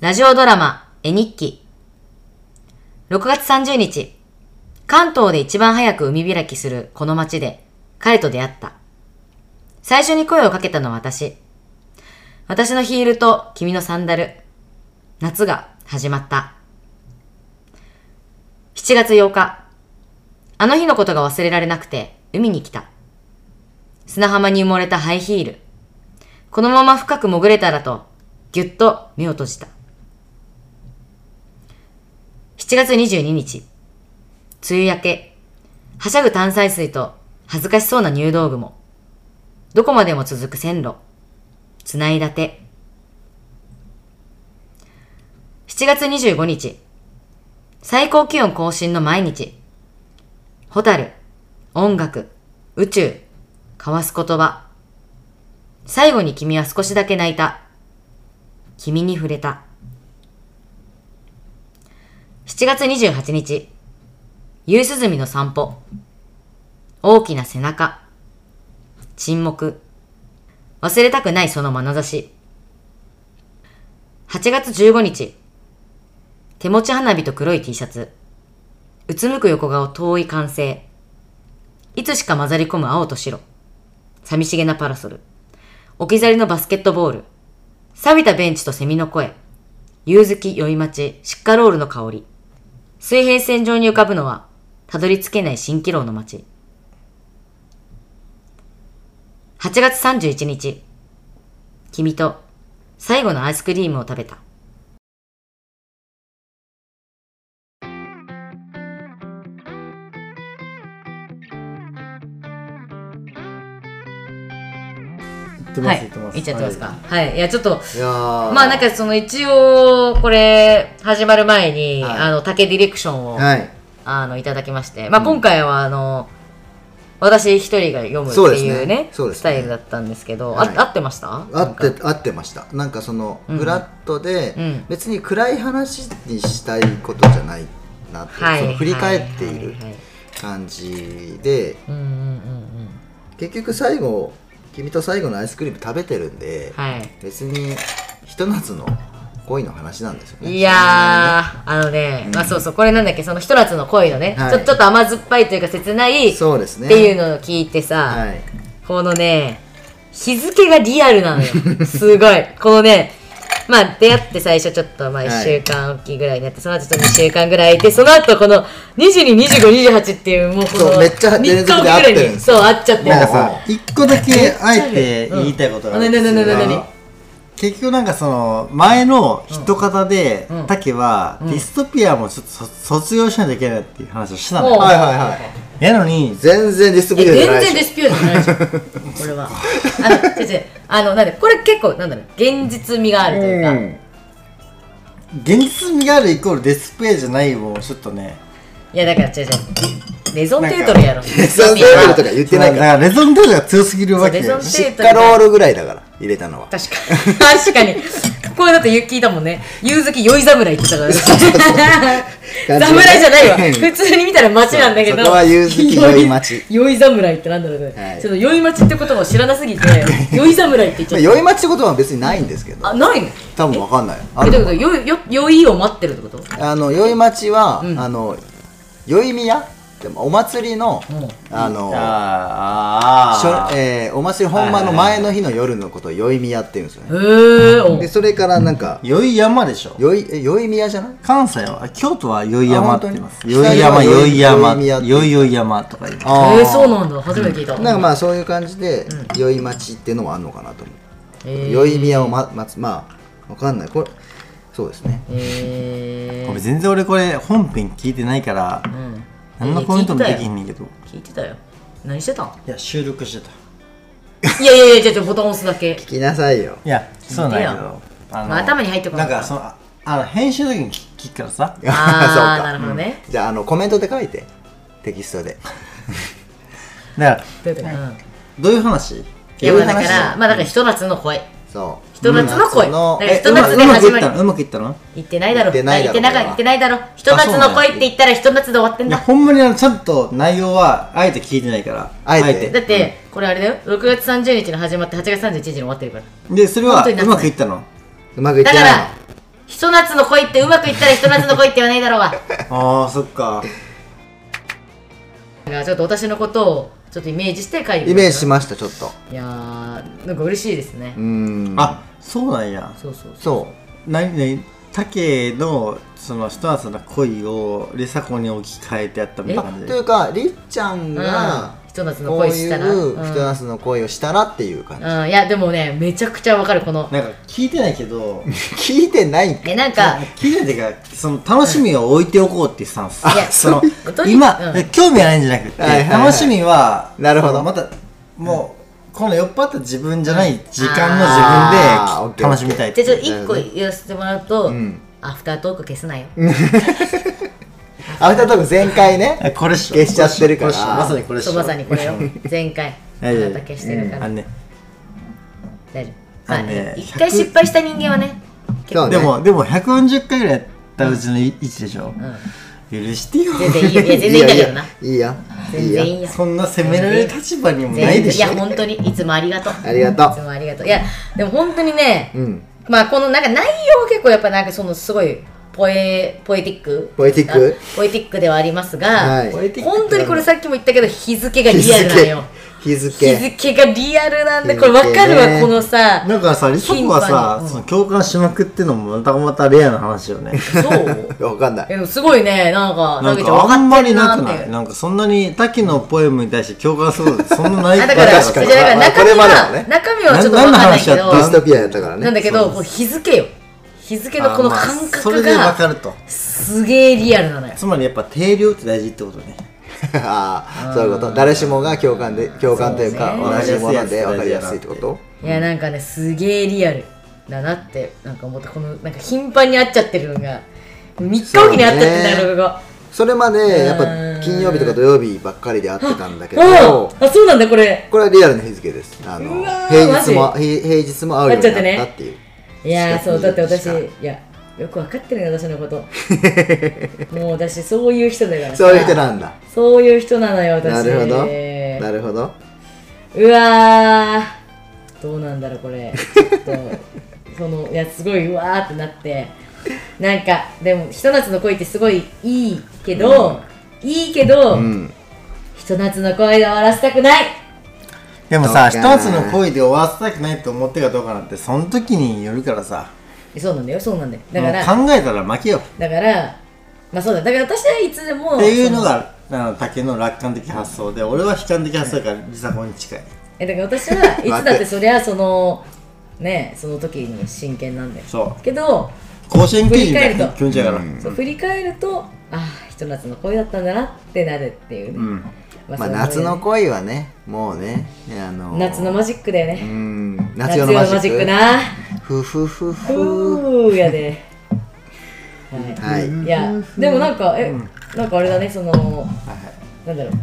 ラジオドラマ、絵日記。6月30日、関東で一番早く海開きするこの街で、彼と出会った。最初に声をかけたのは私。私のヒールと君のサンダル。夏が始まった。7月8日、あの日のことが忘れられなくて、海に来た。砂浜に埋もれたハイヒール。このまま深く潜れたらと、ぎゅっと目を閉じた。7月22日、梅雨明け、はしゃぐ炭酸水と恥ずかしそうな入道雲、どこまでも続く線路、つないだて。7月25日、最高気温更新の毎日、ホタル、音楽、宇宙、交わす言葉、最後に君は少しだけ泣いた、君に触れた。7月28日、夕涼みの散歩。大きな背中。沈黙。忘れたくないその眼差し。8月15日、手持ち花火と黒い T シャツ。うつむく横顔遠い完成。いつしか混ざり込む青と白。寂しげなパラソル。置き去りのバスケットボール。錆びたベンチとセミの声。夕月酔い待ち、シッカロールの香り。水平線上に浮かぶのは、たどり着けない蜃気楼の街。8月31日、君と最後のアイスクリームを食べた。はい言ってます、言ってま、すいっちゃってますか。はい、いや、ちょっと、いやーまあなんかその一応、これ、始まる前に、はいあの、竹ディレクションを、はいあの、いただきまして、まあ今回はあの、私一人が読むってそうですいねうね、そうですねスタイルだったんですけど、はいあ合ってました合っなんかて合ってましたなんかそのうんフラットで、うん別に暗い話にしたいことじゃないなって、はいその振り返ってはいるいはいはい感じでうんうんうん結局最後君と最後のアイスクリーム食べてるんで、うんはい別にひと夏の恋の話なんですよねいやー、あのね、うんまあそうそう、これなんだっけ、そのひと夏の恋のね、はいちょ、ちょっと甘酸っぱいというか切ないっそうですねていうのを聞いてさ、はいこのね、日付がリアルなの よ。すごい。このね、まあ出会って最初ちょっとまあはい1週間おきぐらいになって、その後ちょっと2週間ぐらいいて、その後この22、25、28っていうもうこそのうめっちゃ3日連おき続ぐで合っらてるんいでに、すそう、会っちゃってもうなんるかさ一個だけあえて言いたいことがあるんですよ、うんあなになになになに結局なんかその前の一方で、うんタケはうんディストピアもちょっとそ卒業しないといけないっていう話をしてたのもうよはいはいはいやのに全然ディストピえアじゃな全いでし然ディスピょュートじゃないじゃんこれはあ違う違うあのなんでこれ結構なんだろう現実味があるというか、い現実味があるイコールディストピアじゃないもちょっとねやだから違う違うレゾンテートルやろレディストピアとか言ってないからだからレゾンテールが強すぎるわけそうよレゾンシッカロールぐらいだから入れたのは確かに確かにこれだって聞いたもんね夕月酔い 侍って言ってたからねそう侍じゃないわ うん普通に見たら町なんだけどそうそこは夕月酔い町 酔い侍ってなんだろうね、はいちょっと酔い町って言葉を知らなす ぎて酔い侍って言っちゃっまあた、酔い待ちってことは別にないんですけどあないの多分わかんないあえるどうのいうこと酔い酔酔いを待ってるってことあの宵町は、うんあの宵宮でもお祭りの、うんあのあしーあょーえーお祭り本番の前の日の夜のことを宵宮って言うんですよね、へえおでそれからなんか宵山でしょ宵え宵宮じゃない関西はあ京都は宵山って言いまあす本当に宵山北には宵宵山宵宮って宵宵山とか言いますえー、そうなんだ初めて聞いた、なんかまあそういう感じで、う宵町っていうのもあるのかなと思う、えー宵宮をま待つまあわかんないこれそうですねえごめんー全然俺これ本編聞いてないからうん、何のコメントもできんねんけど聞いてたよ何してたんいや収録してたいやいやいやじゃあじゃあボタン押すだけ聞きなさいよいやそうなんやけ聞いてどあのまあ頭に入ってこなないんかそのああの編集の時に聞聞くからさ あーなるほそどうかね、じゃああのコメントで書いてテキストでだからどういうことうんどういう話いやまあだかどういうら話まあだからひと夏の声そうひと夏の声ひと夏のだからひとう夏でまうまく始いまったるのうまくいったの言ってないだろ言ってないだろ言ってこれなは言ってないだろひと夏のそうなん恋やって言ったらひと夏で終わってんいやだほんまにあのちゃんと内容はあえて聞いてないからあえてだってこれあれだよ6月30日に始まって8月31日に終わってるからでそれ本は当に夏うまくいったのうまくいっだてかないらひと夏の恋ってうまくいったらひと夏の恋って言わないだろうがああそっかだからちょっと私のことをちょっとイメージして書いてくださいイメージしましたちょっといやーなんか嬉しいですねう、んあそうなんやそうそうそうそ何何竹のそのひと夏の恋を梨紗子に置き換えてやったみたいな感うじというかりっちゃんがうんひと夏のこう恋いしたらううん人なすの恋をしたらっていう感じうん、いやでもねめちゃくちゃわかるこのなんか聞いてないけど 聞いてないんかえなんか聞いてないっていうかその楽しみを置いておこうっていうスタンスいやそのとに今、うん興味はないんじゃなくて、はいはいはい楽しみはなるほどそのまたもうこの酔っ払った自分じゃない時間あーのオ自ッケ分でー楽しみたいってじゃあいちょっうと一個言わせてもらうと、んアフタートーク消すなよアフタートーク全開ねあこれっしょ消しちゃってるからこれっしょまさにこれっしそょうまさにこれよ前回あはいはいなた消してるかあら、のね大丈夫あまあのね一回失敗した人間はね結そ構うでねもでも140回ぐらいやったうちの1でしょ、許してよ全然いいよいや全然いいんだけどないいよい全いよ然いいいよいよ そんな責められる立場にも全な然いでしょいや本当にいつもありがとうありがとういつもありがとういやでも本当にね、うんまあこのなんか内容は結構やっぱなんかそのすごいポエポエティックポエティックあポエティックではありますが、はいポエティック本当にこれさっきも言ったけど日付がリアルなんよ日日付付日付がリアルなんでこれ日わ付ねかるわこのさなんかさ、リソコがさ、頻繁にうんその共感しまくってのもまたまたレアな話 よね。そうわかんないでもすごいねなんかなん田口かあんまりなく分かっなてるいなっなんかそんなに滝のポエムに対して共感することってそんな ないてあだから確かにじゃあだからま中身あこれは、まではね中身はちょっとわかなんないけ何のどディ話やストピアやったからねなんだけどそうこう日付よ日付のこの感あーまあそ覚れでわかがると。すげえリアルなのよつまりやっぱ定量って大事ってことね。 ああそういうこと誰しもが共感で共感というそかうね同じもので分かりやすいってこといやなんかねすげえリアルだなってなんか思ってこのなんか頻繁に会っちゃってるのが3日おきに会っちゃってたのがそれまでやっぱうん金曜日とか土曜日ばっかりで会ってたんだけおどうあそうなんだこれこれはリアルな日付ですあのうわー平日も平平日も会うようになったっていういやー近そくうだって私い近くやよく分かってるね私のこと もう私そういう人だからさそういう人なんだそういう人なのよ私なるほどなるほどうわーどうなんだろうこ れちょっとそのいやすごいうわーってなってなんかでもひと夏の恋ってすごいいいけど、いいけど、うんひと夏の恋で終わらせたくないでもさ、そ一うかつの恋で終わらせたくないと思ってるかどうかなんて、その時によるからさ。そうなんだよそうなんだよだからもう考えたら負けよ。だからまあそうだだから私はいつでもっていうのそが、あの竹の楽観的発想で、俺は悲観的発想だから、リサコに近い。えだから私はいつだってそりゃそのねその時に真剣なんだよそう。けど甲子園球児みたいな気持ちだから。そう振り返るとああひと夏の恋だったんだなってなるっていうね、うんままあそういう夏の恋はねもうねあの夏のマジックだようね、ん夏用夏用ののママジジックックなふふふふふうやで、ははいい、いやでもなんかえ、なんかあれだねその、なんだろう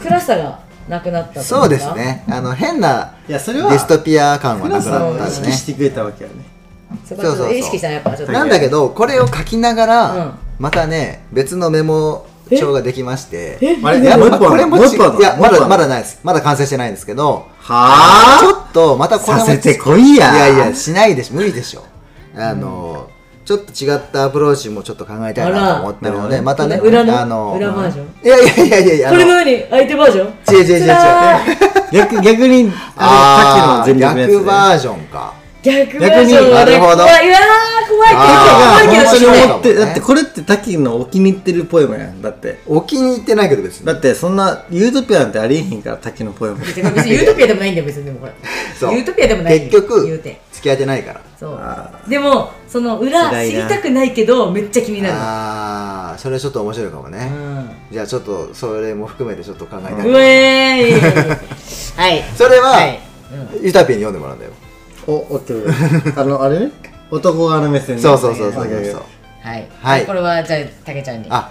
暗さがなくなったといかそうですねあの変ないや、そデれは、ィストピア感はクなラくスなをった意よね識してくれたわけよね。そこはちょっとそうそうそう意識したらやっぱちょっとなんだけどこれを書きながら、うんまたね別のメモ帳ができましてあれいやもうま一本これももう違一本あるういやもうま一本だあるまだないですまだ完成してないんですけどはちぁょっとまたこれもさせてこいいややいやしないでしょ無理でしょあの、ちょっと違ったアプローチもちょっと考えたいなと思ってるのあでらまたね裏のあの裏バージョンいやいやいやいやいやあこのれのように相手バージョン違う違う違う違うつらー逆逆に、あの、あさっーきの全力のやつ、ね。逆バージョンか逆バージョンは逆になるねほど怖いいやー怖いあけど怖いけどそ本当れーにね思って、だってこれってタキのお気に入ってるポエムやん。だって。お気に入ってないけど別だにってそんな、ユートピアなんてありえへんから、タキのポエム。別にユートピアでもないんだよ別にでもこれそうユートピアでもない結局言う付てき合ってないからそあうでもその裏辛知いりなたくないけどめっちゃ気になるのああそれちょっと面白いかもね、うじゃあちょっとそれも含めてちょっと考えたいな、んうえ ーいはいそれは、はいうんユタピーに読んでもらうんだよお、オッケー。あの、あれね。男側の目線ねそうそうそうそうオッケそーうオッケーそうはいはいこれはじゃあたけちゃんにあ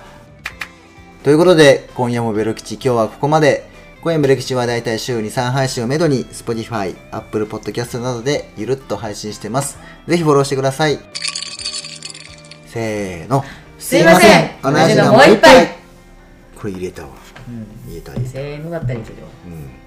ということで今夜もベロ吉今日はここまで今夜もベロ吉はだいたい週に3配信をめどに Spotify、Apple Podcast などでゆるっと配信してますぜひフォローしてくださいせーのすいません同同じのもうじのもう一一杯杯これ入れたわ、入れた入れたせーのだったらいいけどうん